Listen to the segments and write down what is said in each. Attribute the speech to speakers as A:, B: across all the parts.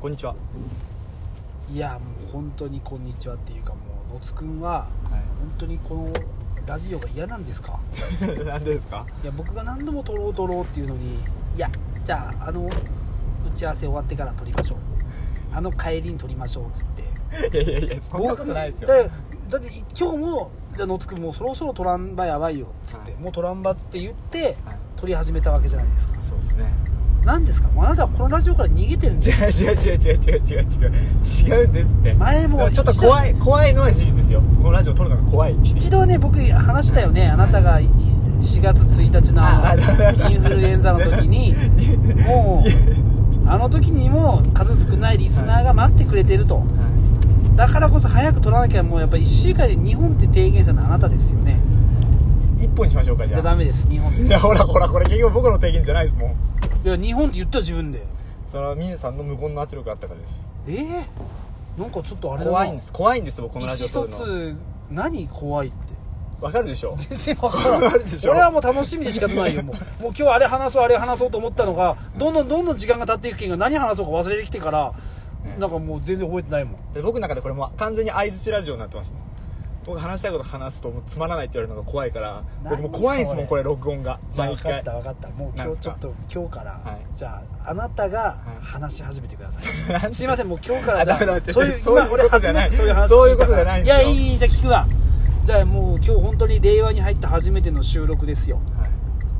A: こんにちは、
B: いやもう本当にこんにちはっていうかもう野津くんは
A: は
B: 本当にこのラジオが嫌なんですか
A: い、なんでですか
B: いや僕が何度も撮ろう撮ろうっていうのにいやじゃああの打ち合わせ終わってから撮りましょうあの帰りに撮りましょうっつって
A: いやいやいやそんなことないですよ
B: だだって今日もじゃあ野津くんもうそろそろ撮らんばやばいよっつって、
A: はい
B: もう撮らんばって言って
A: はい
B: 撮り始めたわけじゃないですか
A: そうですね
B: 何ですかもうあなたはこのラジオから逃げてるん
A: 違
B: じゃん
A: う違う違う違う違う違う違う違うんですって
B: 前も
A: ちょっと怖い怖いのは事実ですよこのラジオ撮るのが怖い
B: 一度ね僕話したよねあなたがい4月1日
A: あ
B: のインフルエンザの 時にもうあの時にも数少ないリスナーが待ってくれてると
A: は
B: だからこそ早く取らなきゃもうやっぱ1週間で2本って提言者のあなたですよね
A: い一本にしましょうか
B: い
A: じ
B: や
A: ゃ
B: ダ
A: あ
B: メです2本です
A: いやほらほらこれ結局僕の提言じゃないですもん
B: いや2本って言った自分で
A: それはミネさんの無言の圧力があったからです
B: ええなんかちょっとあれだな
A: 怖いんです怖いんです僕こ
B: 意
A: の
B: 思
A: ラジオ撮
B: 疎
A: るの
B: 通何怖いって
A: わかるでしょ
B: 全然わから
A: あ
B: ん
A: るでしょ
B: 俺はもう楽しみで仕方ないよもうもう今日あれ話そうあれ話そうと思ったのがどんどんどんどん時間が経っていくけんが何話そうか忘れてきてから
A: ね
B: なんかもう全然覚えてないもん
A: で僕の中でこれもう完全に相槌ラジオになってますもん僕話したいこと話すともうつまらないって言われるのが怖いから僕もう怖いんですもん
B: 何そ
A: こ
B: れ
A: れ録音が
B: じゃあ
A: 毎
B: 分かっ
A: 回
B: た分かったもう今
A: なんす
B: 日ちょ
A: か
B: っと今日から、
A: はい
B: じゃああなたが
A: い
B: 話し始めてください、
A: なんです
B: いませんもう今日から
A: あ
B: じゃ
A: ダメだ
B: あそうい う
A: そういう
B: 今俺
A: ことじゃ
B: 初
A: な
B: め
A: い
B: てそういう話
A: そういうことじゃないん
B: い
A: ですよ
B: やいいいいじゃあ聞くわじゃあもう今日本当に令和に入って初めての収録ですよ
A: はい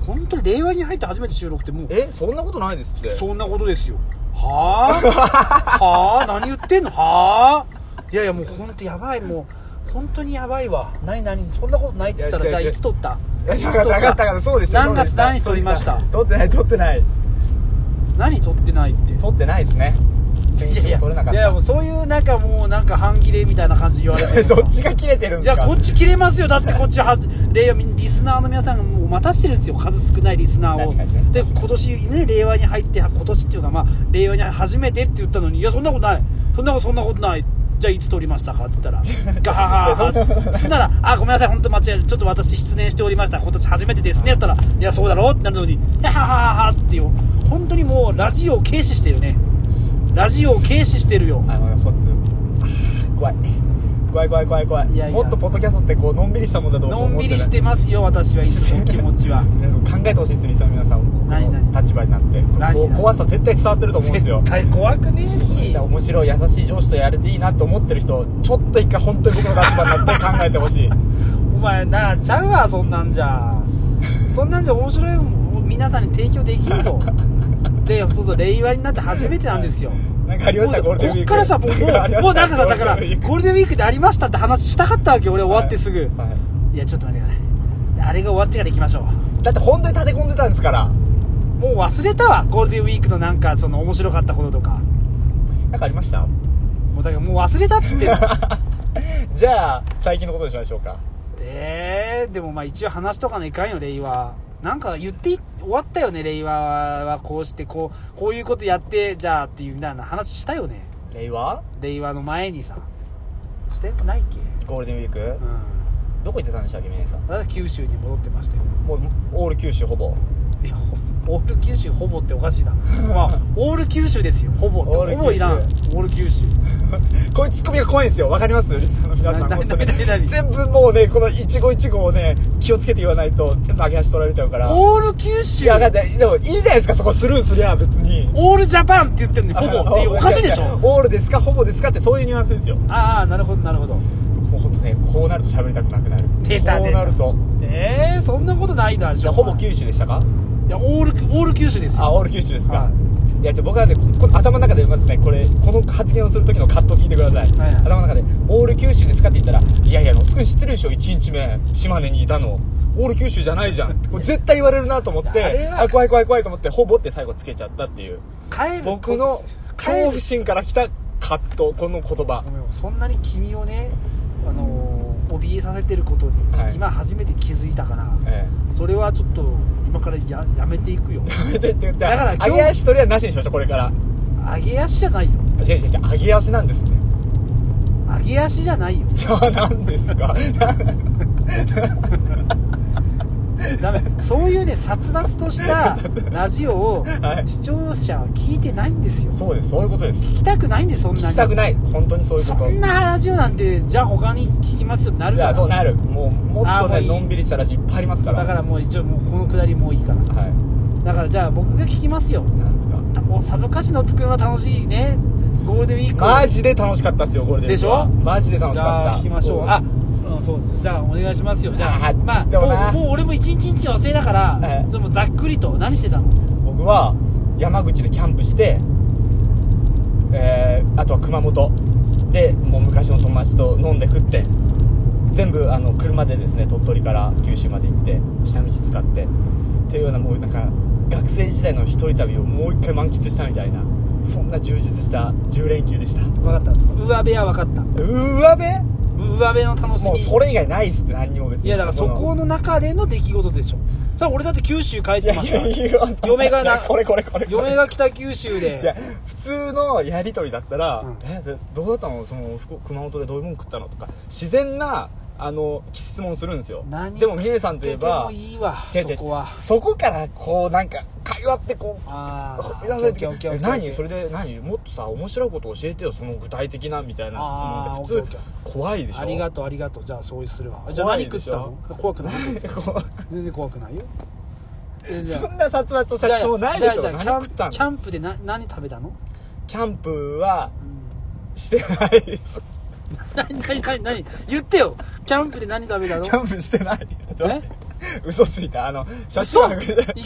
B: 本当に令和に入って初めて収録ってもう
A: えそんなことないですって
B: そんなことですよはあ はあ何言ってんのはあいやいやもう本当やばいもう本当にやばいわ何何そんなことないって言ったら
A: い
B: じゃ
A: や
B: あ
A: いやいや
B: いつ撮った
A: いやなかったなかったからそうでした
B: 何月何日
A: そう
B: 撮
A: で
B: り
A: し
B: ました
A: 撮ってない撮ってない
B: 何撮ってないって
A: 撮ってないですね先週も撮れなかった
B: いやいやもうそういうなんかもうなんか半切れみたいな感じで言われて
A: どっちが切れてるんで
B: い
A: す
B: や
A: か
B: こっち切れますよだってこっちはじ令和みんリスナーの皆さんがもう待たしてるんですよ数少ないリスナーを、
A: 確かにね
B: で今年ね令和に入って今年っていうかまあ令和に初めてって言ったのにいやそんなことないそんなことそんなことないじゃあいつ撮りましたかって言ったらガハハハそんなら「あごめんなさい本当間違えたちょっと私失念しておりました今年初めてですね」やったら「いやそうだろ?」ってなるのに「ガハハハ」ってよ本当にもうラジオを軽視してるねラジオを軽視してるよ
A: あのほんとあー怖い怖い怖い怖い怖い
B: いやいや
A: もっとポッドキャストってこうのんびりしたもんだと思
B: の
A: うん
B: びりし
A: 思って
B: ますよ私はいつも気持ちは
A: てない皆さん考えてほしいですリスナーの皆さんを僕
B: 何何
A: の立場になって
B: 何
A: こう
B: 何
A: 怖さ絶対伝わってると思うんですよ
B: 絶対怖くねえし
A: 面白い優しい上司とやれていいなと思ってる人ちょっと一回本当に僕の立場になって考えてほ しい
B: お前なあちゃうわそんなんじゃそんなんじゃ面白いもん皆さんに提供でき んぞでそうそう令和になって初めてなんですよ
A: なんかありま
B: も
A: し
B: う
A: た
B: こ
A: ゴールデンウィー
B: っ
A: ク
B: からさもうもう
A: ありました
B: もうなんかさだから
A: ゴ
B: ゴ
A: ールデンウィーク
B: ールデンウィークでありましたって話したかったわけ俺終わってすぐ、
A: はいはい
B: い、やちょっと待ってくださいあれが終わってから行きましょう
A: だって本当に立て込んでたんですから
B: もう忘れたわゴールデンウィークのなんかその面白かったこととか
A: なんかありました
B: もうだからもう忘れたっつってんの
A: じゃあ最近のことにしましょうか
B: えー、でもまあ一応話しとかないかんよ令和なんか言ってい終わったよね令和はこうしてこうこういうことやってじゃあっていうみたいな話したよね
A: 令和
B: 令和の前にさしてないっけ
A: ゴールデンウィーク、
B: うん
A: どこ行ってたんでしたっけ皆さん
B: 私は九州に戻ってましたよ
A: もうオール九州ほぼ
B: いやほオール九州ほぼっておかしいなまあオール九州ですよほぼって
A: オール九
B: ほ
A: 州
B: ぼいらんオール九州
A: こういうツッコミが怖いんですよわかりますリスナーの皆さん
B: な
A: 本当に
B: なななな
A: 全部もうねこの一期一会をね気をつけて言わないと全部揚げ足取られちゃうから
B: オール九
A: い
B: 州
A: やわかんないでもいいじゃないですかそこスルーすりゃ別に
B: オールジャパンって言ってるのにほぼっておかしいでしょ
A: オールですかほぼですかってそういうニュアンスですよ
B: ああなるほどなるほど
A: もうほんとねこうなると喋りたくなくなる
B: 出た
A: こうなると
B: ええー、そんなことないな
A: じゃあほぼ九州でしたか
B: いやオールオール九州ですよ
A: あオール九州ですか、、
B: はい
A: やじゃあ僕はねここ頭の中でまずねこれこの発言をする時の葛藤聞いてください、
B: はいはい
A: 頭の中で「オール九州ですか?」って言ったら「いやいやのつくん知ってるでしょ1日目島根にいたのオール九州じゃないじゃん」これ絶対言われるなと思っ
B: いやあ
A: て
B: れ
A: 「
B: は
A: あ怖い怖い怖い」と思って「ほぼ」って最後つけちゃったっていう
B: 帰る
A: 僕の恐
B: 帰
A: 怖
B: る
A: 心から来た葛藤この言葉
B: ごめんそんなに君をねあのー怯えさせてることに、
A: はい
B: 今初めて気づいたから
A: え
B: それはちょっと今からややめて いくよ
A: えやめてって言って
B: だから今日
A: 揚げ足取りはなしにしましょうこれから
B: 揚げ足じゃないよ
A: あ違う違う違う揚げ足なんですね
B: 揚げ 足じゃないよ
A: じゃあ何ですか
B: いダメそういうね殺伐 としたラジオを
A: はい
B: 視聴者は聞いてないんですよ
A: そうですそういうことです
B: 聞きたくないんですそんな
A: 聞
B: に
A: きたくない本当にそういうこ
B: そ
A: と
B: んなラジオなんてじゃあ他に聞きますってないるか
A: や
B: ら
A: そうなるもうもっ
B: あー
A: と
B: もう
A: ね
B: いい
A: のんびりしたらしいっぱいありますから
B: だからもう一応もうこのくだりもういいから
A: はい
B: だからじゃあ僕が聞きますよ
A: なんですか
B: おさぞかしのつくんは楽しいねゴールデンウィーク
A: マジで楽しかったっすよゴールデンウィークは
B: でしょ
A: マジで楽し
B: じゃ
A: かっ
B: あ
A: た
B: 聞きましょうあうんそうですじゃあお願いしますよじゃあ
A: あはい
B: まあ
A: でもな
B: もうもう俺も一日一日忘れだから、
A: はい
B: それもざっくりと何してたの
A: 僕は山口でキャンプして、えーあとは熊本でもう昔の友達と飲んで食って全部あの車でですね鳥取から九州まで行って下道使ってっていうようなもうなんか学生時代の一人旅をもう一回満喫したみたいなそんな充実した10連休でした
B: 分かった上辺は分かった
A: うわべ
B: 上辺の楽しみ
A: もうそれ以外ないっすって何にも別に
B: いやだからそこの中での出来事でしょさあ俺だって九州帰っ
A: い
B: て
A: や
B: ま
A: い
B: した
A: やいや
B: 嫁がな
A: これこれこれこれ
B: 嫁が北九州
A: じゃ
B: で
A: 普通のやり取りだったら「
B: うん
A: えでどうだったのその福熊本でどういうもん食ったの?」とか自然なあの質問するんですよ
B: 何
A: でも峰さんといえば
B: 食っててもいいわ
A: 違う違う
B: そこは
A: そこからこうなんか会話ってこう
B: ああ
A: 皆さん
B: オッケーオッケーオッケーオッケー
A: え何それで何もっとさ面白いこと教えてよその具体的なみたいな質問って
B: あー
A: 普
B: オッケ
A: 通
B: ーオッ
A: 怖いでしょ
B: ありがとうありがとうじゃあそうするわ
A: 怖い
B: じゃあ何食
A: で
B: っ
A: した
B: の
A: ょ
B: 怖くない
A: こう
B: 全然怖く ないよえじゃあ
A: そんな殺伐とした質問ないでしょ
B: じゃあじゃあ
A: 何
B: キャン
A: 食ったの
B: キャンプでな何食べたの
A: キャンプはしてないです
B: 何何何何言ってよキャンプで何食べたの
A: キャンプしてない
B: え
A: 嘘ついたあの社
B: 嘘
A: 長
B: いきなり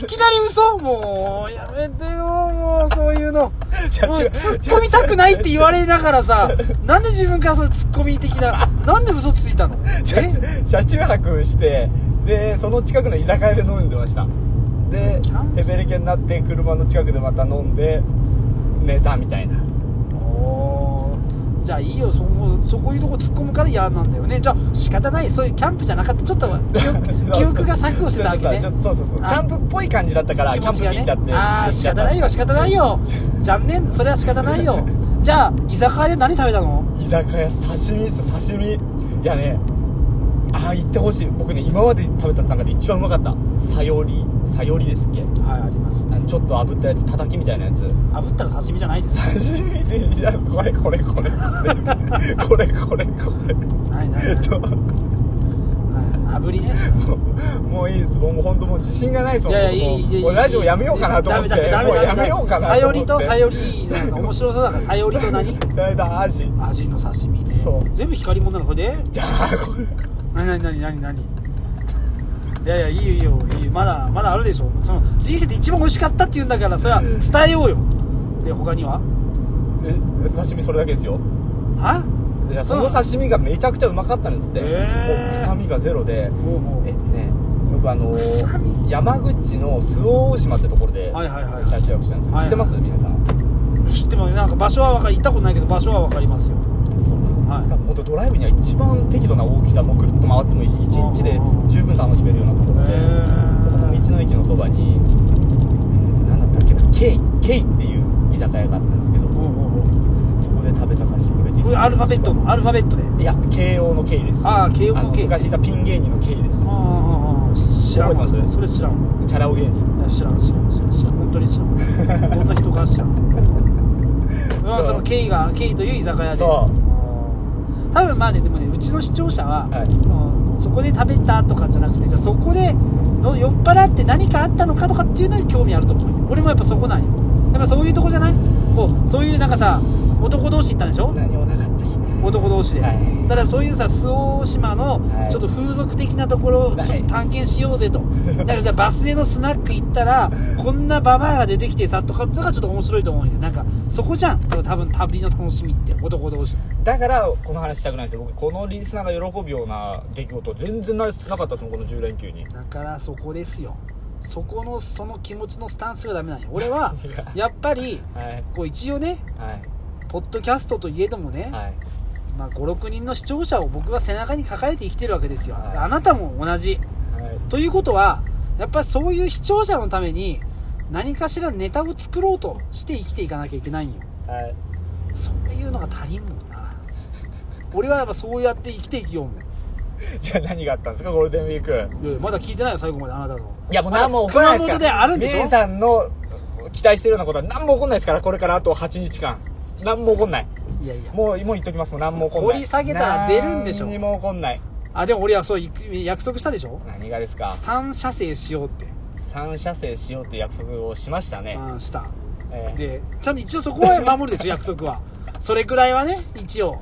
B: 嘘もうやめてよもうそういうのもう
A: 社長
B: 突っ込みたくないって言われながらさなんで自分からそのツッコミ的ななんで嘘ついたの
A: 車
B: え
A: 車中泊してでその近くの居酒屋で飲んでましたで
B: キャン
A: ヘ
B: プ
A: ベレケになって車の近くでまた飲んで寝たみたいな
B: おーじゃあいいよそこそこいうとこ突っ込むから嫌なんだよねじゃあ仕方ないそういうキャンプじゃなかったちょっと 記憶記憶が錯誤してたわけね
A: ちょっとそうそうそうキ
B: あ
A: ャンプっぽい感じだったからキ
B: 気
A: ャン
B: 持
A: プ
B: ち
A: に
B: が
A: 行っちゃって
B: ねああ仕方ないよ仕方な いよじゃんねんそれは仕方ないよじゃあ居酒屋で何食べたの
A: 居酒屋刺身っす刺身いやねああ行ってほしい僕ね今まで食べた中で一番うまかったさよりさよりですっけ
B: はいあります
A: あのちょっと炙ったやつたたきみたいなやつ
B: 炙ったら刺身じゃないです
A: 初めてじゃあこれこれこれこれこれこれこれ
B: ないな いない
A: と
B: はい炙り ね
A: もういいですもう本当もう自信がないですも
B: い
A: ん
B: やいやいいいいいい
A: もうラジオやめようかなと思って
B: ダメダメ
A: もうや
B: ダメダメ
A: めようかな
B: さ
A: と
B: よ
A: 思っ
B: り
A: て
B: とさよりなんか面白そうだからさよりと何
A: だいだアジ
B: アジの刺身ね
A: そう
B: 全部光り物なのこれで
A: じゃあこれ
B: 何何何何いやいやいいよいいよいいよまだまだあるでしょその人生で一番美味しかったって言うんだからそれは伝えようよで他には
A: え刺身それだけですよ
B: はい
A: やその刺身がめちゃくちゃうまかったんですって、
B: へー
A: もう臭みがゼロで
B: ほうほう
A: えっとね僕あの
B: 臭み
A: 山口の周防大島ってところで
B: はいはいはい
A: 車中泊したんですよ、
B: はい
A: 知ってます皆さん
B: 知ってますなんか場所は分かり行ったことないけど場所は分かりますよ
A: そう、
B: はい
A: だから本当ドライブには一番適度な大きさもうぐるっと回ってもいいし1日で十分楽しめるようなところで
B: へー
A: そこの道の駅のそばに、えーと、何だったっけなケイケイっていう居酒屋があったんですけど
B: ほうほうほ
A: そこで食べた刺身が実
B: うこれアルファベットのアルファベットで
A: いや慶応のケイです
B: ああ慶応の
A: の
B: K
A: 昔いたピン芸人のケイです
B: ああああ知らんわ
A: 覚えてます
B: それ知らんわ
A: チャラ男芸人
B: いや知らん知らん知らん知らん本当に知らんどんな人か知らんまあその経緯が経緯という居酒屋で
A: そう
B: ああ多分まあねでもねうちの視聴者は、
A: はい
B: うんそこで食べたとかじゃなくてじゃあそこでの酔っ払って何かあったのかとかっていうのに興味あると思うよ俺もやっぱそこなんよやっぱそういうとこじゃないこうそういうなんかさ男同士行ったんでしょ
A: 何もなかったしね
B: 男同士で、
A: はい
B: だからそういうさ周防大島の
A: はい
B: ちょっと風俗的なところをちょ
A: は
B: っ
A: い
B: と探検しよう ぜと、だからじゃあバスへのスナック行ったらこんなババアが出てきてさとかとかちょっと面白いと思うんよなんかそこじゃん多分旅の楽しみって男同士の
A: だからこの話したくないんですよ僕このリスナーが喜ぶような出来事全然ないなかったですもんこの10連休に
B: だからそこですよそこのその気持ちのスタンスがダメなんよ俺はやっぱり
A: はい
B: こう一応ね
A: はい
B: ポッドキャストといえどもね、
A: はい
B: まあ、56人の視聴者を僕は背中に抱えて生きてるわけですよ、
A: はい
B: あなたも同じ
A: はい
B: ということはやっぱりそういう視聴者のために何かしらネタを作ろうとして生きていかなきゃいけないんよ
A: はい
B: そういうのが足りんもんな俺はやっぱそうやって生きていきようもん
A: じゃあ何があったんですかゴールデンウィーク
B: いやいやまだ聞いてないよ最後まであなたの
A: いやもう何も起こらないですから
B: 熊本であるんでしょ
A: メイさんの期待してるようなことは何も起こんないですからこれからあと8日間何も起こんない
B: いやいや
A: もうもう言っときますもう何も起こんない
B: 掘り下げたら出るんでしょ
A: 何にも起こんない
B: あでも俺はそうい約束したでしょ
A: 何がですか
B: 3車線しようって、
A: 3車線しようって約束をしましたね、
B: うん、した
A: ええ
B: でちゃんと一応そこは守るでしょ約束はそれくらいはね一応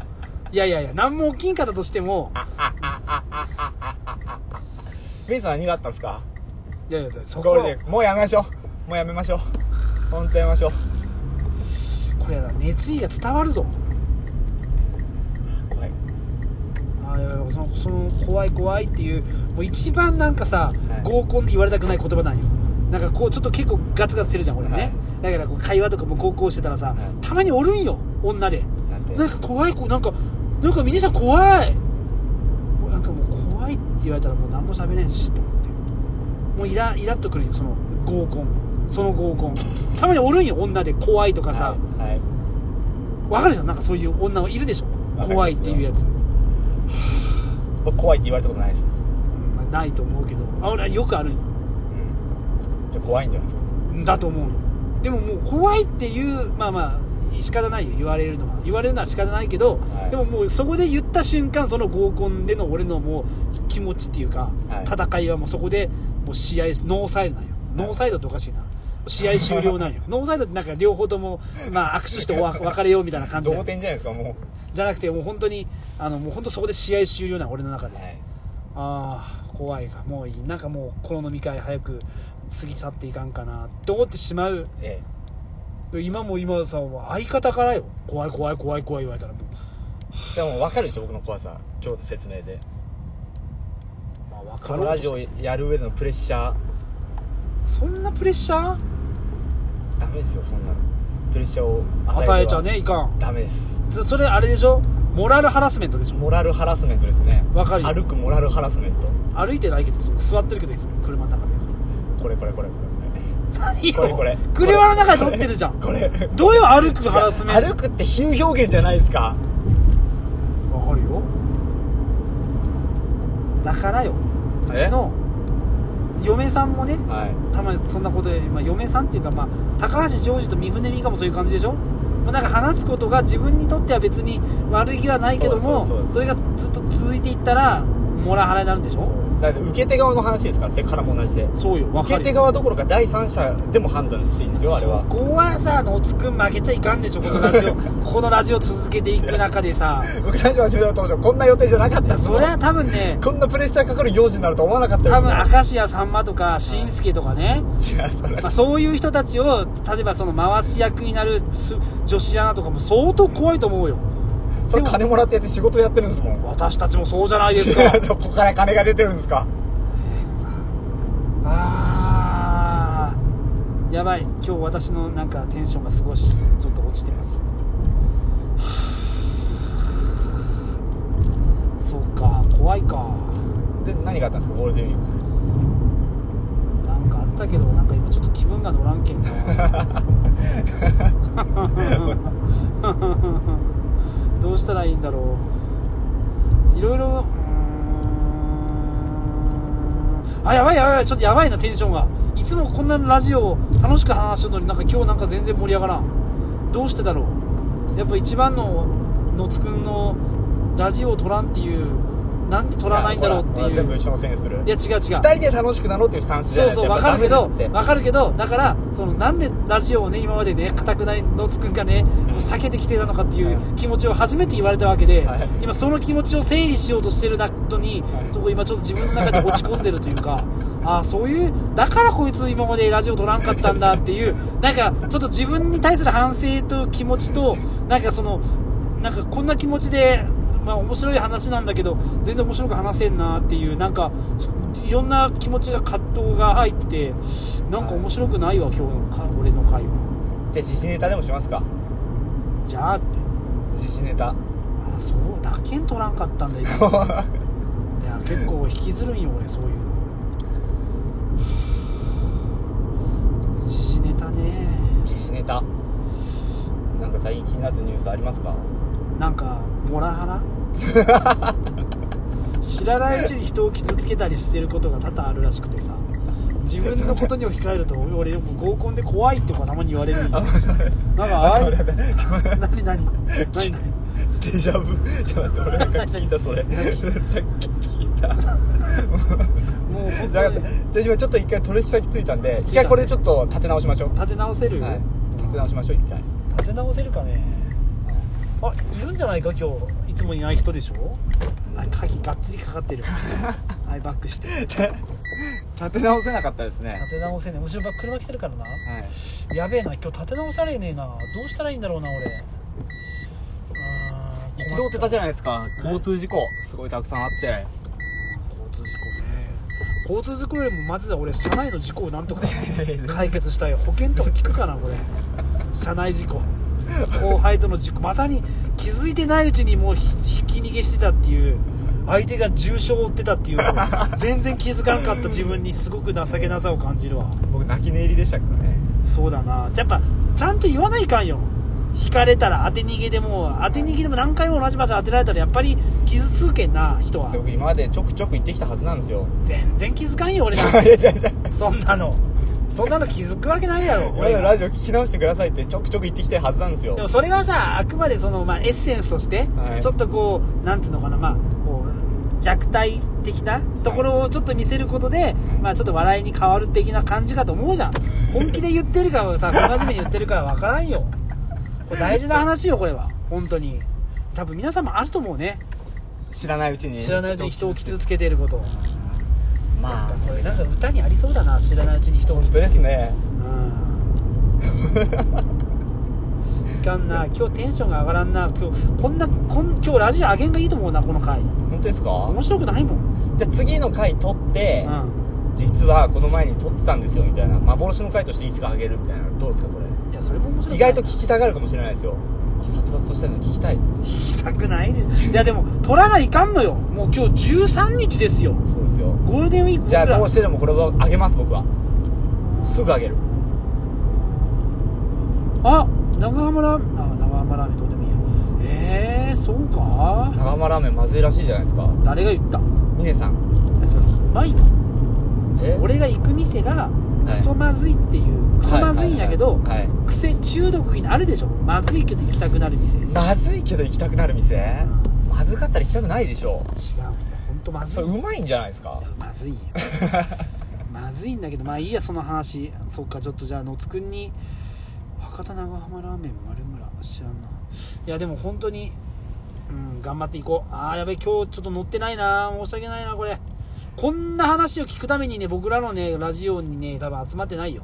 B: いやいやいや何も起きんかったとしても
A: メイさん何があったんですか
B: いやいやいやそこ
A: ゴー
B: は
A: ルデンもうやめましょうもうやめましょう本当やめましょう
B: これやな熱意が伝わるぞ
A: 怖い
B: あいやいやそのその怖い怖いっていうもう一番なんかさ、
A: はい
B: 合コンで言われたくない言葉なんよなんかこうちょっと結構ガツガツしてるじゃん俺ね、
A: はい
B: だからこう会話とかも合コンしてたらさ、
A: い
B: たまにおるんよ女で
A: なんて
B: なんか怖い子なんかなんか皆さん怖いもうなんかもう怖いって言われたらもう何も喋れんしと思ってもうイライラっとくるんよその合コンその合コンたまにおるんよ女で怖いとかさ、
A: はいはい
B: わかるじゃんなんかそういう女はいるでしょ
A: わかりますよ
B: 怖いっていうやつ、
A: 僕怖いって言われたことないです、
B: まあ、ないと思うけどあ俺はよくあるんよ
A: うん、じゃあ怖いんじゃないですか
B: だと思うよでももう怖いっていうまあまあ仕方ないよ言われるのは言われるのは仕方ないけど、
A: はい
B: でももうそこで言った瞬間その合コンでの俺のもう気持ちっていうか、
A: はい
B: 戦いはもうそこでもう試合ノーサイドなんよノーサイドっておかしいな試合終 了なんよノーサイドってなんか両方とも、まあ、握手しておわ別れようみたいな感じ
A: 同
B: だ よ
A: 点じゃないですかも
B: じゃなくてもう本当にあのもう本当そこで試合終了なんよ俺の中
A: う
B: で、
A: はい
B: ああ怖いがもういいなんかもうこの飲み会早く過ぎ去っていかんかなって思ってしまう
A: え
B: 今も今田さんは相方からよ怖い怖い怖い怖い言われたらもう、
A: えでも分かるでしょ僕の怖さ今日の説明で
B: まあ、分か
A: こ
B: ろ
A: の
B: う
A: ラ
B: と
A: ジオ
B: し
A: やる上でのプレッシャー
B: そんなプレッシャー
A: ダメですよそんなのプレッシャーを与えては
B: 与えちゃねいかん
A: ダメです
B: そそれあれでしょモラルハラスメントでしょ
A: モラルハラスメントですね
B: わかるよ
A: 歩くモラルハラスメント
B: 歩いてないけど座ってるけどいつも車の中で
A: これこれこれこ
B: 何よ
A: これこれ
B: 車の中で撮ってるじゃん
A: れこれこれ
B: どういう歩くハラスメント
A: 歩くって比喩表現じゃないですか
B: わかるよだからよう
A: え
B: ちの嫁さんもね
A: はい
B: たまにそんなことで、まあ、嫁さんっていうか、まあ、高橋ジョージと三船美香もそういう感じでしょ、まあ、なんか話すことが自分にとっては別に悪気はないけども
A: そう
B: そ
A: ですそ
B: れがずっと続いていったらモラハラになるんでしょ
A: だって受け手側の話ですからセクハラも同じで
B: そうよ分
A: 受け
B: かる
A: 手
B: よ
A: 側どころか第三者でも判断していいんですよあれは
B: そこはさのつくん負けちゃいかんでしょこのラ ジオこのラジオ続けていく中でさ
A: 僕ラジオ始めた当初こんな予定じゃなかっ
B: い
A: た
B: や
A: です
B: それは多 分ね
A: こんなプレッシャーかかる用事になると思わなかった
B: 多分
A: よ
B: 明石家さんまとかしんすけとかね、
A: じゃあそれ
B: まあ、そういう人たちを例えばその回し役になるす女子アナとかも相当怖いと思うよ
A: それ金もらってやって仕事やってるんですもん
B: 私たちもそうじゃないですか
A: どこから金が出てるんですか
B: あーやばい今日私のなんかテンションが少しちょっと落ちてます はあそうか怖いか
A: で何があったんですかゴールデンウィー
B: なんかあったけどなんか今ちょっと気分が乗らんけんなどうしたらいいんだろういろいろうーんあやばいやばいやばいちょっとやばいなテンションがいつもこんなラジオ楽しく話してるのになんか今日なんか全然盛り上がらんどうしてだろうやっぱ一番ののつくんのラジオを撮らんっていうなんで
A: ク
B: 撮らないんだろうって
A: ほらほら
B: い
A: 全部
B: う
A: 一緒のせいにする
B: いや違う違う
A: 二人で楽しくなろうっていうスタンスじゃ
B: そ
A: ない
B: うそう、わかるけど、
A: やっぱ
B: わかるけど、だから、その、なんでラジオをね、今までね、かたくなにのつくんがね、もう避けてきてたのかっていう
A: はい
B: 気持ちを初めて言われたわけで、
A: はい
B: 今、その気持ちを整理しようとしてるのに、そこ今、ちょっと自分の中で落ち込んでるというか、ああ、そういう、だからこいつ今までラジオ撮らんかったんだっていう、なんか、ちょっと自分に対する反省と気持ちと、なんかその、なんかこんな気持ちで、まあ面白い話なんだけど、全然面白く話せんなっていう、なんか、いろんな気持ちが葛藤が入って、なんか面白くないわ、今日のか俺の会話。
A: じゃあ時事ネタでもしますか
B: じゃあって。
A: 時事ネ タ
B: あ、そうだけん取らんかったんだ、今。いや、結構引きずるんよ、俺、そういうの。はぁ時事ネタね。
A: 時事ネタ なんか最近気 になってるニュースありますか
B: なんか、モラハラ知らないうちに人を傷つけたりしてることが多々あるらしくてさ自分のことに置き換えると俺よく合コンで怖いとかたまに言われるんよなんかああい
A: あそうだね
B: う何何何何
A: デジャ ブちょっと待って俺なんか聞いたそ れさっき聞い た
B: もう
A: だ
B: 本当
A: から
B: に
A: 私もちょっと一回取引先ついたんで
B: 着いた
A: 一回これちょっと立て直しましょう
B: 立て直せるよ、
A: はい立て直しましょう一回
B: 立て直せるかねあいるんじゃないか今日いつもいない人でしょあ鍵がっつりかかってる はいバックして立
A: 立て直せなかったですね
B: て直せね後ろば車来てるからな
A: はい
B: やべえな今日立て直されねえなどうしたらいいんだろうな俺あー
A: 一度出たじゃないですか交通事故すごいたくさんあって
B: 交通事故ね交通事故よりもまずは俺車内の事故をなんとか解決したい保険とか聞くかなこれ車内事故後輩との事故まさに気づいてないうちにもうひひき逃げしてたっていう相手が重傷を負ってたっていう全然気づかなかった自分にすごく情けなさを感じるわ
A: 僕泣き寝入りでしたからね
B: そうだなやっぱちゃんと言わないかんよ引かれたら当て逃げでも当て逃げでも何回も同じ場所当てられたらやっぱり傷つけんな人は
A: で僕今までちょくちょく行ってきたはずなんですよ
B: 全然気づかんよ俺なんて
A: いやいやい や
B: そんなのそんなの気づくわけないやろ
A: 今
B: 俺
A: の
B: が
A: ラジオ聞き直してくださいってちょくちょく言ってきたはずなんですよ
B: でもそれはさあくまでその、まあ、エッセンスとして、
A: はい
B: ちょっとこうなんていうのかなまあこう虐待的なところをちょっと見せることで、まあちょっと笑いに変わる的な感じかと思うじゃん本気で言ってるかはさ小真面目に言ってるかは分からんよこれ大事な話よこれは本当に多分皆さんもあると思うね
A: 知らないうちに
B: 知らないうちに人を傷つけていること
A: まあ
B: これなんか歌にありそうだな知らないうちに人を傷
A: 本
B: つ
A: 当
B: けて
A: で
B: る
A: すね
B: うんいかんな今日テンションが上がらんな今日こんなこん今日ラジオ上げんがいいと思うなこの回
A: 本当ですか
B: 面白くないもん、
A: じゃあ次の回撮っ
B: う
A: て、
B: ん、
A: 実はこの前に撮ってたんですよみたいな幻の回としていつかあげるみたいなどうですかこれ
B: いやそれも面白くない
A: 意外と聞きたがるかもしれないですよあ殺伐としたの聞きたい
B: 聞きたくないでしょいやでも取らないかんのよもう今日13日ですよ
A: そうですよ
B: ゴールデンウィーク
A: じゃあ
B: 僕ら
A: どうしてでもこれをあげます僕はすぐあげる
B: あ長浜ラーメンあ長浜ラーメンどうでもいいやえー、そうか
A: 長浜ラーメンまずいらしいじゃないですか
B: 誰が言った
A: 峰さん
B: えそれうまいの
A: え
B: 俺が行く店がクソまずいっていう、クソまずいんやけど、
A: はいはいはいはい
B: 癖中毒になるでしょまずいけど行きたくなる店違うよ
A: まずいけど行きたくなる店まずかったら行きたくないでしょ
B: ほんとまず
A: そ
B: い
A: れうまいんじゃないですか
B: まずい よまずいんだけどまあいいやその話そっかちょっとじゃあ野津くんに博多長浜ラーメン丸村知らんないやでも本当にうん頑張っていこうああやべえ今日ちょっと乗ってないな申し訳ないなこれこんな話を聞くためにね僕らのねラジオにね多分集まってないよ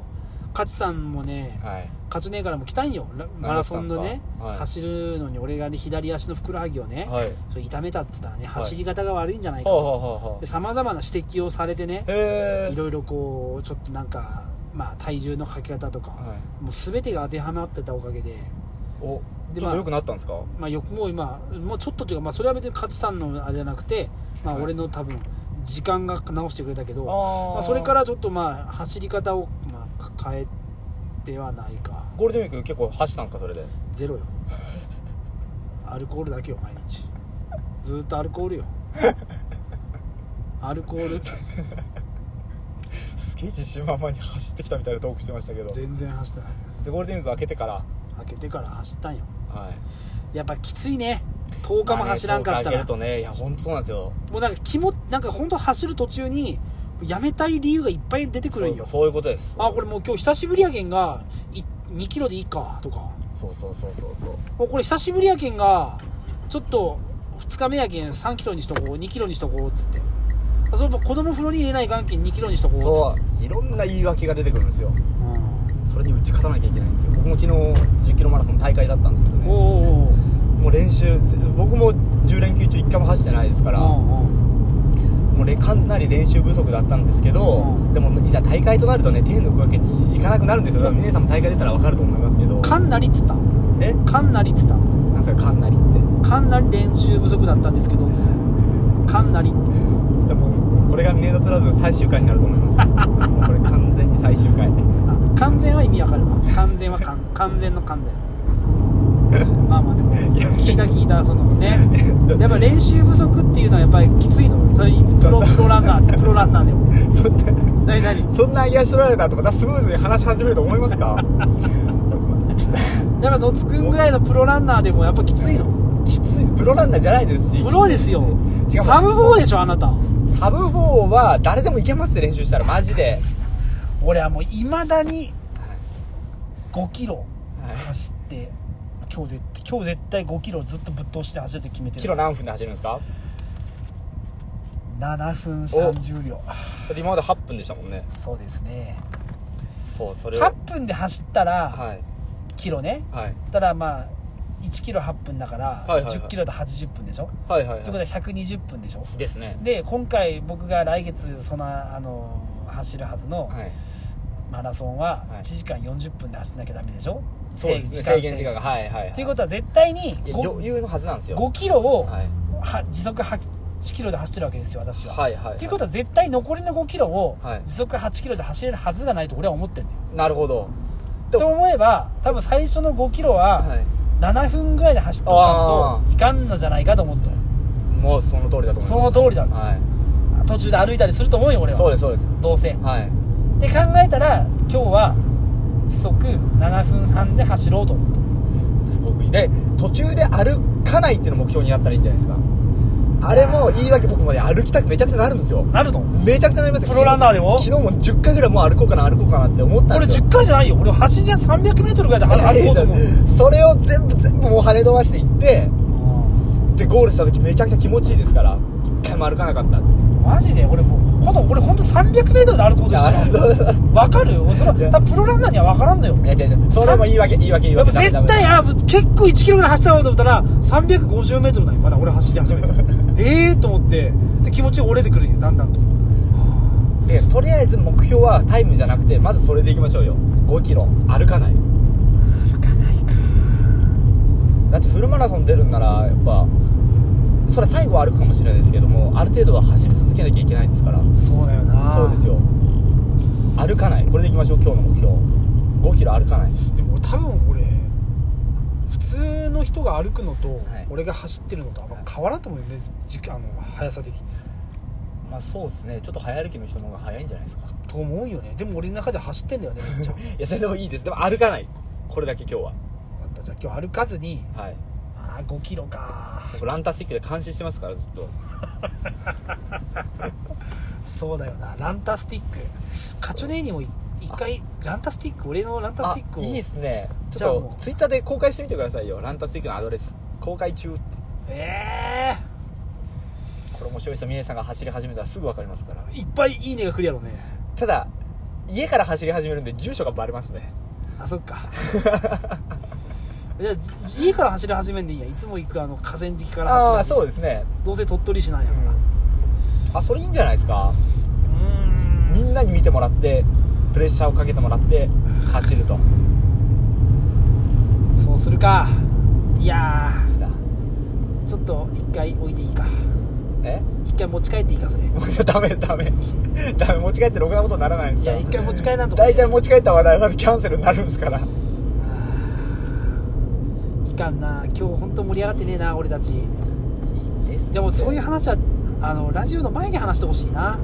B: 勝さんもね、
A: はい
B: 勝ちねえからも来たんよラマラソンの
A: 来たんす、
B: ね
A: かはい
B: 走るのに俺がね左足のふくらはぎをね、
A: はい
B: それ痛めたって言ったらね
A: い
B: 走り方が悪いんじゃないか
A: ほう
B: と
A: ほうほうほう
B: さまざまな指摘をされてね
A: へえ
B: いろいろこうちょっとなんか、まあ、体重のかけ方とか、
A: は
B: もう全てが当てはまってたおかげで、
A: お
B: で
A: ちょ
B: ま
A: っ
B: あ
A: と良くなったんですか
B: まあ、よくもう今もうちょっとというか、まあ、それは別に勝さんのあれじゃなくて、まあ、
A: はい
B: 俺の多分時間が直してくれたけど、
A: あー
B: まあ、それからちょっとまあ走り方を、まあか、変えてはないか。
A: ゴールデンウィーク結構走ったんですかそれで
B: ゼロよアルコールだけよ毎日ずーっとアルコールよアルコール
A: すげえ自信満々に走ってきたみたいなトークしてましたけどで
B: 全然走ってない
A: ゴールデンウィーク明けてから
B: 開けてから走ったんよ
A: はい
B: やっぱきついね10日も走らんかった
A: まあね10日明け
B: ら、
A: るとねいや本当そうなんですよ
B: もうなんか気もなんか本当走る途中にやめたい理由がいっぱい出てくるん
A: そう
B: よ
A: そういうことです
B: あこれもう今日久しぶりやけんがい2キロでいいかとか
A: そうそうそうそうそう
B: もうこれ久しぶりやけんがちょっと2日目やけん3キロにしとこう2キロにしとこうっつってあそういえば子供風呂に入れない元金2キロにしとこうっつっ
A: そう
B: て
A: いろんな言い訳が出てくるんですよ
B: うん
A: それに打ち勝たなきゃいけないんですよ僕も昨日1 0キロマラソン大会だったんですけどね
B: おうおうおう
A: もう練習僕も10連休中1回も走ってないですから
B: うんうん
A: もうれかなり練習不足だったんですけど
B: うん
A: でもいざ大会となるとね手抜くわけにいかなくなるんですよだから皆さんも大会出たら分かると思いますけど
B: かんなりっつった
A: え
B: かんなりっつった
A: なんすかかんなりって
B: かんなり練習不足だったんですけどっつってかんなりって
A: でもこれがミネートツラーズの最終回になると思いますもうこれ完全に最終回
B: あ完全は意味わかるわ完全は完完全の完全まあまあでも
A: いや
B: 聞いた聞いたそのね
A: ちょ
B: やっぱ練習不足っていうのはやっぱりきついのそれプロプロランナープロランナーでも
A: そんな
B: 何何
A: そんな癒し取られたとまたスムーズに話し始めると思います か
B: やっぱ野津くんぐらいのプロランナーでもやっぱきついの
A: きついプロランナーじゃないですし
B: プロですよ
A: 違う
B: サム4でしょあなた
A: サブ4は誰でもいけますって練習したらマジで
B: 俺はもういまだに5キロ
A: はい
B: 走って、今日絶今日絶対5キロずっとぶっ通して走るって決めてる
A: キロ何分で走るんですか
B: 7分30秒
A: だって今まで8分でしたもんね
B: そうですね
A: そうそれを
B: 8分で走ったら、
A: はい
B: キロね
A: はい
B: たらまあ1キロ8分だから、
A: はいはいはい
B: 10キロだと80分でしょ、
A: はいはい
B: ということは120分でしょ
A: ですね
B: で今回僕が来月そのあの走るはずの
A: はい
B: マラソンは
A: はい
B: 1時間40分で走んなきゃダメでしょ、
A: そうですね
B: 制
A: 制限時間がはいはいはい
B: ということは絶対に
A: いや
B: 5,
A: 余裕のはずなんですよ
B: 5キロを
A: はい
B: は時速8キロで走ってるわけですよ私は、
A: はいはい
B: ということは絶対残りの5キロを
A: はい
B: 時速8キロで走れるはずがないと俺は思ってるんだよ、
A: なるほどで
B: と思えば多分最初の5キロは
A: は
B: 7分ぐらいで走っておかんといかんのじゃないかと思ったよ
A: いもうその通りだと思います
B: その通りだ
A: は
B: 途中で歩いたりすると思うよ俺
A: いそう
B: は
A: ですそうです
B: どうせ
A: はい
B: で考えたら今日は時速7分半で走ろうと思っ
A: すごくいいで途中で歩かないっていうのを目標にやったらいいんじゃないですかあれも言い訳僕まで歩きたくめちゃくちゃなるんですよ
B: たなるの
A: めちゃくちゃなりますよ
B: プロランナーでも
A: 昨日も10回ぐらいもう歩こうかな歩こうかなって思ったん
B: 俺
A: ですよ
B: 10回じゃないよ俺走りで 300m ぐらいで歩こう と思う
A: それを全部全部もう跳ね飛ばしていってでゴールした時めちゃくちゃ気持ちいいですから一回も歩かなかった
B: マジで俺もうほんと俺ほんと 300m で歩こうとして
A: いやそう
B: たのわか るよそれ
A: いや
B: は多分プロランナーにはわからんのよ
A: いや違う違うそれも言い訳言い訳言い
B: やっ
A: 訳
B: ぱ絶対あ結構1キロぐらい走ったわと思ったら 350m だよまだ俺走り 始めたええと思ってで気持ちが折れてくるんよだんだんと
A: でとりあえず目標はタイムじゃなくてまずそれでいきましょうよ5キロ歩かない
B: 歩かないか
A: だってフルマラソン出るんならやっぱそれは最後は歩くかもしれないですけどもある程度は走り続けなきゃいけないですから
B: そうだよな
A: そうですよ歩かないこれでいきましょう今日の目標5キロ歩かない
B: でも俺多分俺普通の人が歩くのと、
A: はい
B: 俺が走ってるのとあんま変わらんと思うよね時間あの速さ的に
A: まあそうですねちょっと早歩きの人の方が早いんじゃないですか
B: と思うよねでも俺の中で走ってん だよねめっちゃ分か
A: いやそれでもいいですでも歩かないこれだけ今日は
B: ったじゃあ今日歩かずに
A: はい
B: ああ5キロか
A: 僕ランタスティックで監視してますからずっと
B: そうだよなランタスティックカチョネーにもい一回ランタスティック俺のランタス
A: あ
B: ティックを
A: いいですねち
B: じゃあ
A: ょ
B: も
A: っと
B: う
A: ツイッターで公開してみてくださいよランタスティックのアドレス公開中って
B: え
A: これ面白いですよ峰さんが走り始めたらすぐ分かりますから
B: えいっぱいいいねが来るやろうね
A: ただ家から走り始めるんで住所がバレますね
B: あそっ かいやじ家から走り始めんでいいやいつも行くあの河川敷から走る
A: ああーそうですね
B: どうせ鳥取市なんやから、
A: あそれいいんじゃないですか
B: う
A: みんなに見てもらってプレッシャーをかけてもらって走ると
B: ーんそうするかいや
A: した
B: ーちょっと一回置いていいか
A: え
B: 一回持ち帰っていいかそれい
A: もうダメダメ ダメ持ち帰ってろくなことにならないんですか
B: や
A: ら
B: 一回持ち帰らんと
A: 大体持ち帰った話題はキャンセルになるんですから
B: いかんな今日本当盛り上がってねえな俺たちでもそういう話はあのラジオの前に話してほし いな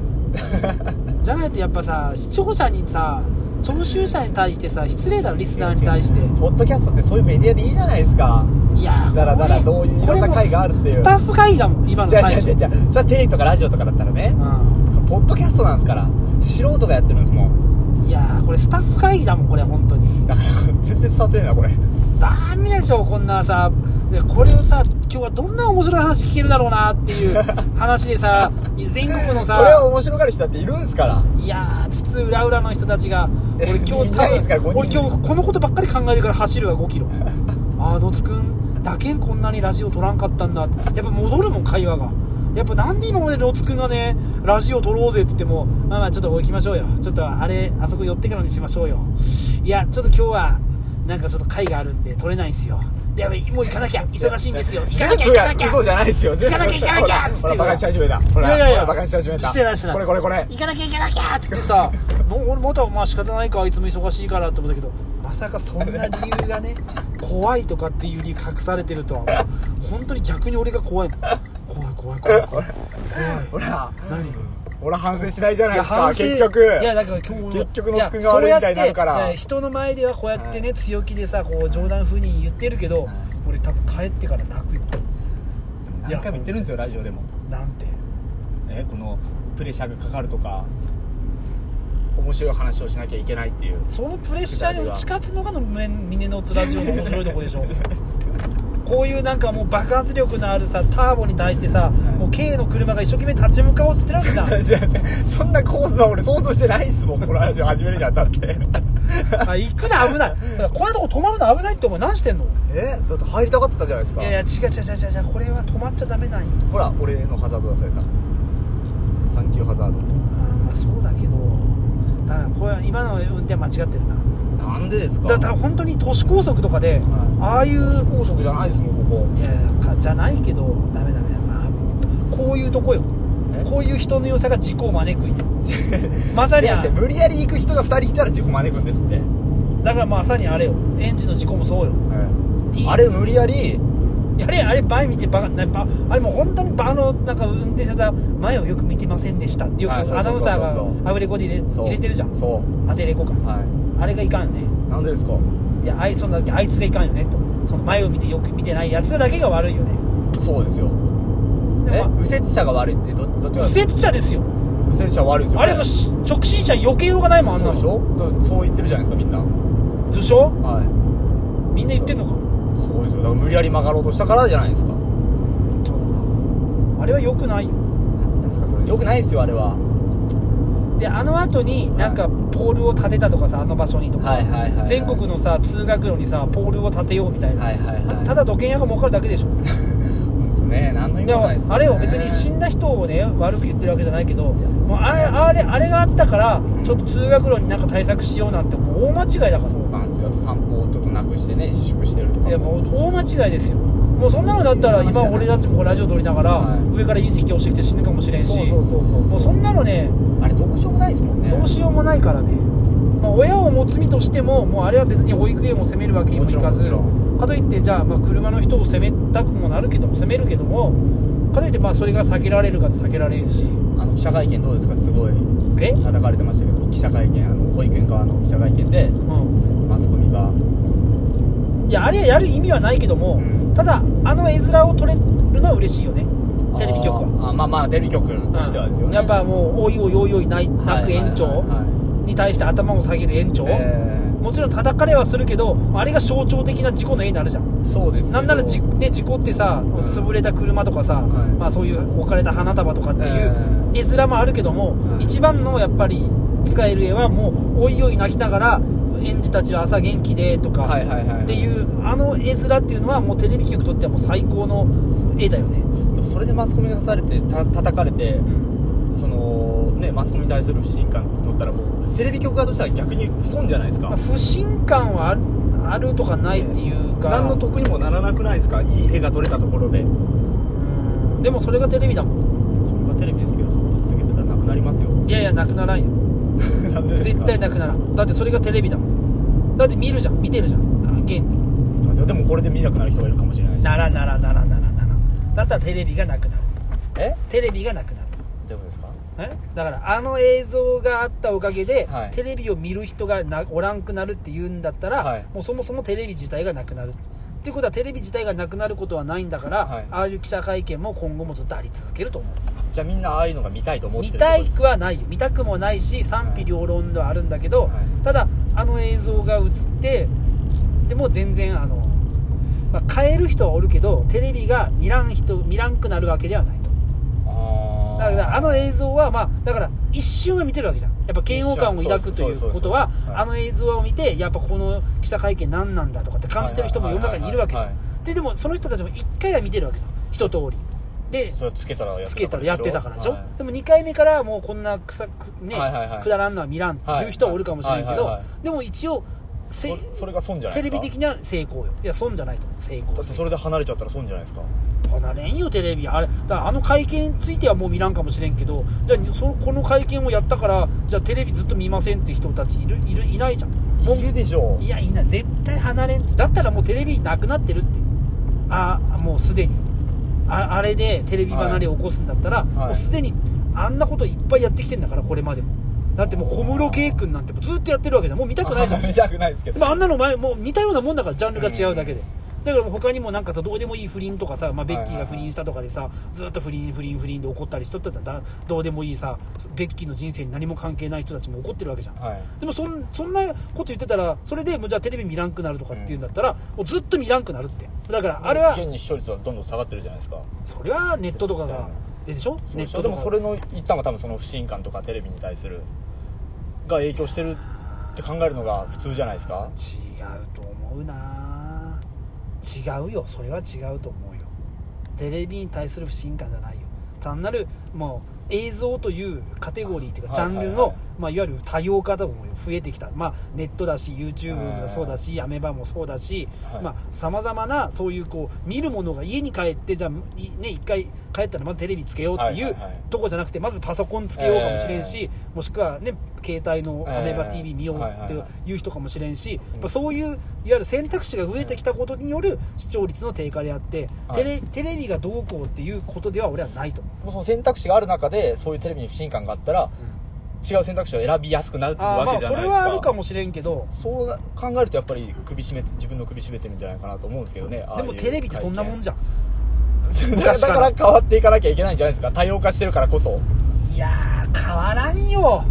B: じゃないとやっぱさ視聴者にさ聴衆者に対してさ失礼だろリスナーに対して
A: ポッドキャストってそういうメディアでいいじゃないですか
B: いやー
A: だらだら
B: これ
A: どういういろんな会があるっていう
B: これもスタッフ会議だもん今の
A: じゃあ
B: 最
A: じゃあ
B: 初
A: じゃあじゃあそれはテレビとかラジオとかだったらね
B: うん
A: ポッドキャストなんですから素人がやってるんですもん
B: いやーこれスタッフ会議だもんこれ本当に
A: だから全然伝わってないなこれ
B: ダメでしょこんなさいやこれをさ今日はどんな面白い話聞けるだろうなっていう話で さ全国の
A: これを
B: さ
A: 面白がる人だっているんですから
B: いやー津々浦々の人たちが俺今日多
A: いないですから
B: 分
A: 5
B: 俺
A: 人
B: 今日このことばっかり考えてから走るわ5キロああ野津くんだけんこんなにラジオ撮らんかったんだってやっぱ戻るもん会話がやっぱなんで今まで野津くんがねラジオ撮ろうぜって言ってもまあまあちょっと行きましょうよちょっとあれあそこ寄ってからにしましょうよいやちょっと今日はなんかちょっと会があるんで撮れないんすよやべもう行かなきゃ忙しいんですよ行かなきゃ
A: 全
B: 行
A: 部
B: か
A: が
B: なきゃ
A: 嘘じゃないですよ行
B: かなきゃ行かなきゃっつって
A: ほらバカにし始めたほら
B: いやいやいや
A: ほらバカにし始めた
B: してないしてない
A: これこれこれ
B: 行かなきゃ行かなきゃっつってさもう俺またまあ仕方ないかあいつも忙しいからって思ったけどまさかそんな理由がね怖いとかっていう理由隠されてるとは本当に逆に俺が怖いもん怖い怖い怖い怖い
A: ほ
B: 怖い
A: ら
B: 何
A: ほら反省しないじゃないですか
B: 反省
A: 結局
B: いやだから今日
A: 結局の作りが悪いみたいになるから
B: いやそうやっていや人の前ではこうやってね、
A: はい
B: 強気でさこう冗談風に言ってるけど、
A: はい
B: 俺多分帰ってから泣くよ
A: でも何回も言ってるんですよラジオでも
B: なんて
A: えこのプレッシャーがかかるとか面白い話をしなきゃいけないっていう
B: そのプレッシャーに打ち勝つのがのめ峰のつラジオの面白いとこでしょこういうなんかもう爆発力のあるさターボに対してさ、もう K の車が一生懸命立ち向かおうっつってるわけじゃん
A: 違う違うそんなコースは俺想像してないっすもんこのラジオ始めるにあたって
B: あ行くな危ないだからこういうとこ止まるの危ないってお前何してんの
A: えだって入りたかってたじゃないです
B: い
A: か
B: やいや違う違う違う違う違うこれは止まっちゃダメなんよ
A: ほら俺のハザード出されたサンキューハザー
B: あ
A: ド
B: ーまあそうだけどだからこれ今の運転間違ってるな
A: なんでですか
B: だから本当に都市高速とかで、
A: はい
B: ああいう
A: 高速じゃないですもんここ
B: いやかじゃないけどダメダメ、まあ、こういうとこよ
A: え
B: こういう人の良さが事故を招くんよ まさにあ
A: 違う違う無理やり行く人が2人いたら事故招くんですって
B: だからまさにあれよエンジンの事故もそうよいい
A: あれ無理やり
B: やれあれ前見てバカなばあれもう本当にばあのなんか運転手さん前をよく見てませんでしたってよく
A: はいそうそう
B: アナウンサ
A: そうそう
B: ー
A: そう
B: がアブレコで入れ
A: そう
B: 入れてるじゃん
A: そ
B: 当てレコか
A: うは
B: あれがいかんよね
A: いなんでですか
B: いやあいそんなあいつがいかんよねとその前を見てよく見てないやつだけが悪いよね
A: そうですよ
B: で
A: え
B: もま
A: 右折車が悪いってどどっち
B: あ
A: が
B: 右折車ですよ
A: 右折車悪いですよ、
B: あれもし直進車避けようがないもんあん
A: そ
B: な
A: うで
B: の
A: しょだからそう言ってるじゃないですかみんな
B: でしょ
A: はい
B: みんな言ってんのか
A: そうですよだから無理やり曲がろうとしたからじゃないですか
B: あれは良くないよ
A: 何ですかそれよくないですよあれは
B: であの後になんかポールを立てたとかさあの場所にとか、
A: はいはいはいはい
B: 全国のさ通学路にさポールを立てようみたいな、
A: はいはいはい
B: ただ土建屋が儲かるだけでしょ
A: 本当ね何の意味
B: で
A: も
B: も
A: ないですよ、ね、
B: あれを別に死んだ人をね悪く言ってるわけじゃないけどもうあれあれあれがあったからちょっと通学路になんか対策しようなんてもう大間違いだか
A: そうなんですよあと散歩をちょっとなくしてね自粛してるとから
B: いやもう大間違いですよもうそんなのだったら今俺たちもラジオ撮りながら
A: はい
B: 上から隕石落ちてきて死ぬかもしれんし
A: そうそうそうそう
B: もうそんなのね
A: あれどうしようもないですもんね
B: どうしようもないからね、まあ、親を持つ身としてももうあれは別に保育園を責めるわけにもいか
A: もち
B: ず
A: ろんも
B: かといってじゃあまあ車の人を責めたくもなるけども責めるけどもかといってまあそれが避けられるかって避けられんし
A: あの記者会見どうですかすごい
B: え
A: 叩かれてましたけど記者会見あの保育園側の記者会見で
B: う
A: マスコミが
B: んいやあれはやる意味はないけども、
A: うん
B: ただあの絵面を撮れるのは嬉しいよねテレビ局は。
A: あーあまあまあテレビ局としてはですよ
B: うん
A: ね、
B: やっぱもうおいおいおいおい泣い
A: は
B: 泣
A: いは
B: く
A: いはいはい
B: 園長に対して頭を下げる園長、
A: え
B: もちろん叩かれはするけどあれが象徴的な事故の絵になるじゃん
A: ーそうですけど
B: なんならじ、ね、事故ってさ、
A: ん
B: 潰れた車とかさ、
A: はい
B: まあ、そういう置かれた花束とかっていう絵
A: え
B: 面もあるけども、
A: はい
B: 一番のやっぱり使える絵はもうおいおい泣きながら園児たちは朝元気でとか、
A: はいはいはいはい
B: っていうあの絵面っていうのはもうテレビ局にとってはもう最高の絵だよね、
A: でもそれでマスコミが叩かれてた叩かれて
B: うん
A: そのねマスコミに対する不信感募ったらもうテレビ局側としては逆に不損じゃないです
B: ま
A: か
B: あ、不信感はあるあるとかないっていうか、
A: 何の得にもならなくないですかいい絵が撮れたところで
B: うんでもそれがテレビだも
A: それがテレビですけどそこ続けてたらなくなりますよ
B: んいやいやなくならんよ
A: なんでですか
B: 絶対なくならんだってそれがテレビだもんだって見るじゃん見てるじゃん現に
A: でもこれで見なくなる人がいるかもしれないし
B: ならならならならならだったらテレビがなくなる
A: え
B: テレビがなくなる
A: どういうことですか
B: えだからあの映像があったおかげで、
A: はい
B: テレビを見る人がなおらんくなるっていうんだったら、
A: はい
B: もうそもそもテレビ自体がなくなるっていうことはテレビ自体がなくなることはないんだから、
A: はい
B: ああいう記者会見も今後もずっとあり続けると思う
A: じゃあみんなああいうのが見たいと思って
B: 見
A: る
B: た
A: って
B: い
A: こと
B: くはないよ見たくもないし賛否両論ではあるんだけど、
A: はい
B: ただあの映像が映ってでも全然あの、まあ、変える人はおるけどテレビが見らん人見らんくなるわけではないと
A: ですあ
B: だか
A: ー
B: らあの映像はまあだから一瞬は見てるわけじゃんやっぱ嫌悪感を抱くということは
A: そうそうそうそうはい
B: あの映像を見てやっぱこの記者会見何なんだとかって感じてる人も世の中にいるわけじゃ
A: はいはいはい
B: んででもその人たちも1回は見てるわけじゃん一通りで
A: それつけたらやって
B: つけたらやってたからでしょ、
A: はい
B: でも2回目からもうこんな草くね、
A: はいはいはい
B: くだらんのは見らんっていう人はおるかもしれんけど、
A: はいはいはいは
B: でも一応せ
A: そそれが損じゃないで
B: テレ
A: すか
B: ビ的には成功よいや損じゃないと成功
A: だってそれで離れちゃったら損じゃないですか
B: 離れんよテレビあれだからあの会見についてはもう見らんかもしれんけどじゃあそのこの会見をやったからじゃあテレビずっと見ませんって人たちいるいるいないじゃんもう
A: いるでしょう
B: いやいいな絶対離れんだったらもうテレビなくなってるってああもうすでにああれでテレビ離れを起こすんだったら、
A: い
B: もうすでにあんなこといっぱいやってきてんだからこれまでもだってもう小室圭君なんてもうずっとやってるわけじゃんもう見たくないじゃ ん
A: 見たくないですけど
B: まあ、あんなの前もう似たようなもんだからジャンルが違うだけで、だからもう他にもなんかさどうでもいい不倫とかさ、まあ、ベッキーが不倫したとかでさ、ずっと不倫不倫不倫で怒ったりしとったらだどうでもいいさベッキーの人生に何も関係ない人たちも怒ってるわけじゃん、
A: はい
B: でもそんそんなこと言ってたらそれでもうじゃあテレビ見らんくなるとかっていうんだったら、もうずっと見らんくなるってだからあれは
A: 現に視聴率はどんどん下がってるじゃないですか
B: それはネットとかがでしょネット
A: で
B: と
A: も
B: か
A: それの一端は多分その不信感とかテレビに対するが影響してるって考えるのが普通じゃないですか
B: 違うと思うな違うよそれは違うと思うよテレビに対する不信感じゃないよ単なるもう映像というカテゴリーというかジャン
A: はい
B: ルの、
A: いはいはい
B: まあ、いわゆる多様化だと思うよ増えてきた、まあ、ネットだし YouTube もそうだしアメバもそうだし
A: はい
B: さまざ、まなそういうこう見るものが家に帰ってじゃあ、いね、一回帰ったらまずテレビつけようってい
A: は
B: う
A: いはいはい
B: とこじゃなくてまずパソコンつけようかもしれんし、もしくは、ね、携帯のアメバ
A: えー
B: TV 見よう
A: はい
B: っ
A: はい
B: て
A: はい
B: いう人かもしれんし、
A: うん
B: まあそういういわゆる選択肢が増えてきたことによる視聴率の低下であって、
A: はい
B: テレテレビがどうこうっていうことでは俺はないと
A: も
B: 思う、
A: うその選択肢がある中でそういうテレビに不信感があったら違う選択肢を選びやすくなる
B: あー
A: わ
B: まあ
A: けじゃ
B: そ
A: ない
B: れ
A: ですか
B: はあるかもしれんけど
A: そうな考えるとやっぱり首絞めて自分の首絞めてるんじゃないかなと思うんですけどね
B: でもテレビってそんなもんじ
A: ゃ
B: ゃん
A: ん だ
B: 昔か
A: からら変わっていかなきゃいけないんじゃないですか多様化してるからこそ
B: いやー変わらんよ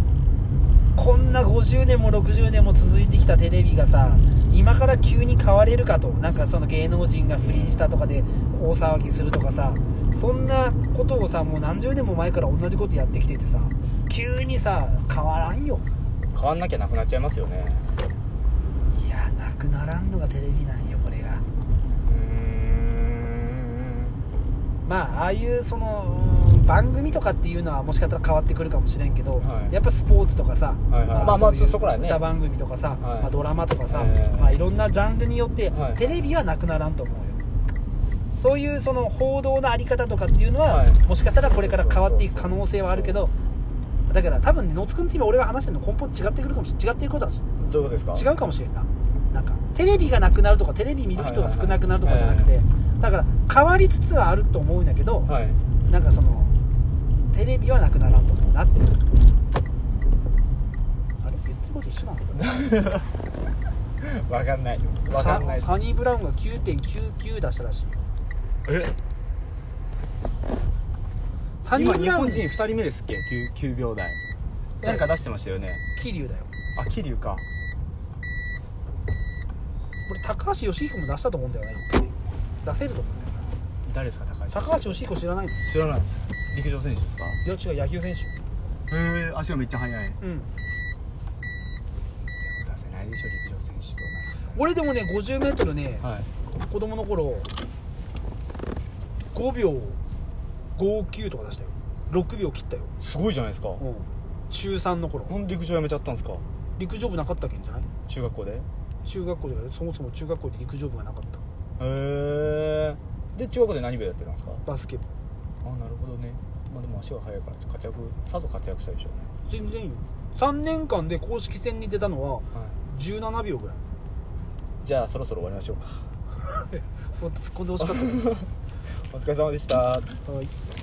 B: こんな50年も60年も続いてきたテレビがさ今から急に変われるかとなんかその芸能人が不倫したとかで大騒ぎするとかさそんなことをさもう何十年も前から同じことやってきててさ急にさ変わらんよ
A: 変わんなきゃなくなっちゃいますよね
B: いやなくならんのがテレビなんよこれが
A: うーん
B: まあああいうそのうん番組とかっていうのはもしかしたら変わってくるかもしれんけど、
A: はい
B: やっぱスポーツとかさ、
A: はいはいまあまあ
B: ういう
A: そこらね
B: 歌番組とかさ、
A: はい
B: まあ、ドラマとかさ、
A: ええ
B: まあ、いろんなジャンルによって、
A: はい
B: テレビはなくならんと思うよそういうその報道のあり方とかっていうのは、
A: はい
B: もしかしたらこれから変わっていく可能性はあるけどだから多分ね野津君って今俺が話してるの根本違ってくるかもし違ってることはし
A: どういうことですか
B: 違うかもしれんななんかテレビがなくなるとかテレビ見る人が少なくなるとかじゃなくて、
A: はい
B: だから変わりつつはあると思うんだけど、
A: はい
B: なんかそのテレビはなくならんと思うなってあれ言ってること一緒なの
A: わかんない わかんない
B: ササニー・ブラウンが9.99出したらしいよ
A: え
B: サニ
A: 今
B: ー・ブ
A: 日
B: ラウ
A: 本
B: ン
A: 人2人目ですっけ 9, 9秒台誰か出してましたよね
B: 桐生だよ
A: あ桐生か
B: 俺高橋義彦も出したと思うんだよね一回出せると思うんだよな
A: 誰ですか高橋
B: 高橋義彦知らないのい
A: 知らないです陸上選手ですか
B: や違う野球選手
A: へえ足がめっちゃ速い
B: うん
A: 出せないでしょ陸上選手と
B: 俺でもね 50m ね、
A: はい
B: 子供の頃5秒59とか出したよ6秒切ったよ、
A: すごいじゃないですか
B: うん、中3の頃
A: なんで陸上やめちゃったんですか
B: 陸上部なかったけんじゃない
A: 中学校でへ
B: 中学校ではそもそも中学校で陸上部がなかった
A: えで中学校で何部やってたんですか
B: バスケ部
A: あなるほどねまあでも足が速いから活躍さぞ活躍したでしょうね
B: 全然よ3年間で公式戦に出たのは
A: は
B: 17秒 ぐらい
A: いじゃあそろそろ終わりましょうか
B: ほんと突っ込んでほしかった
A: お疲れ様でした
B: なはい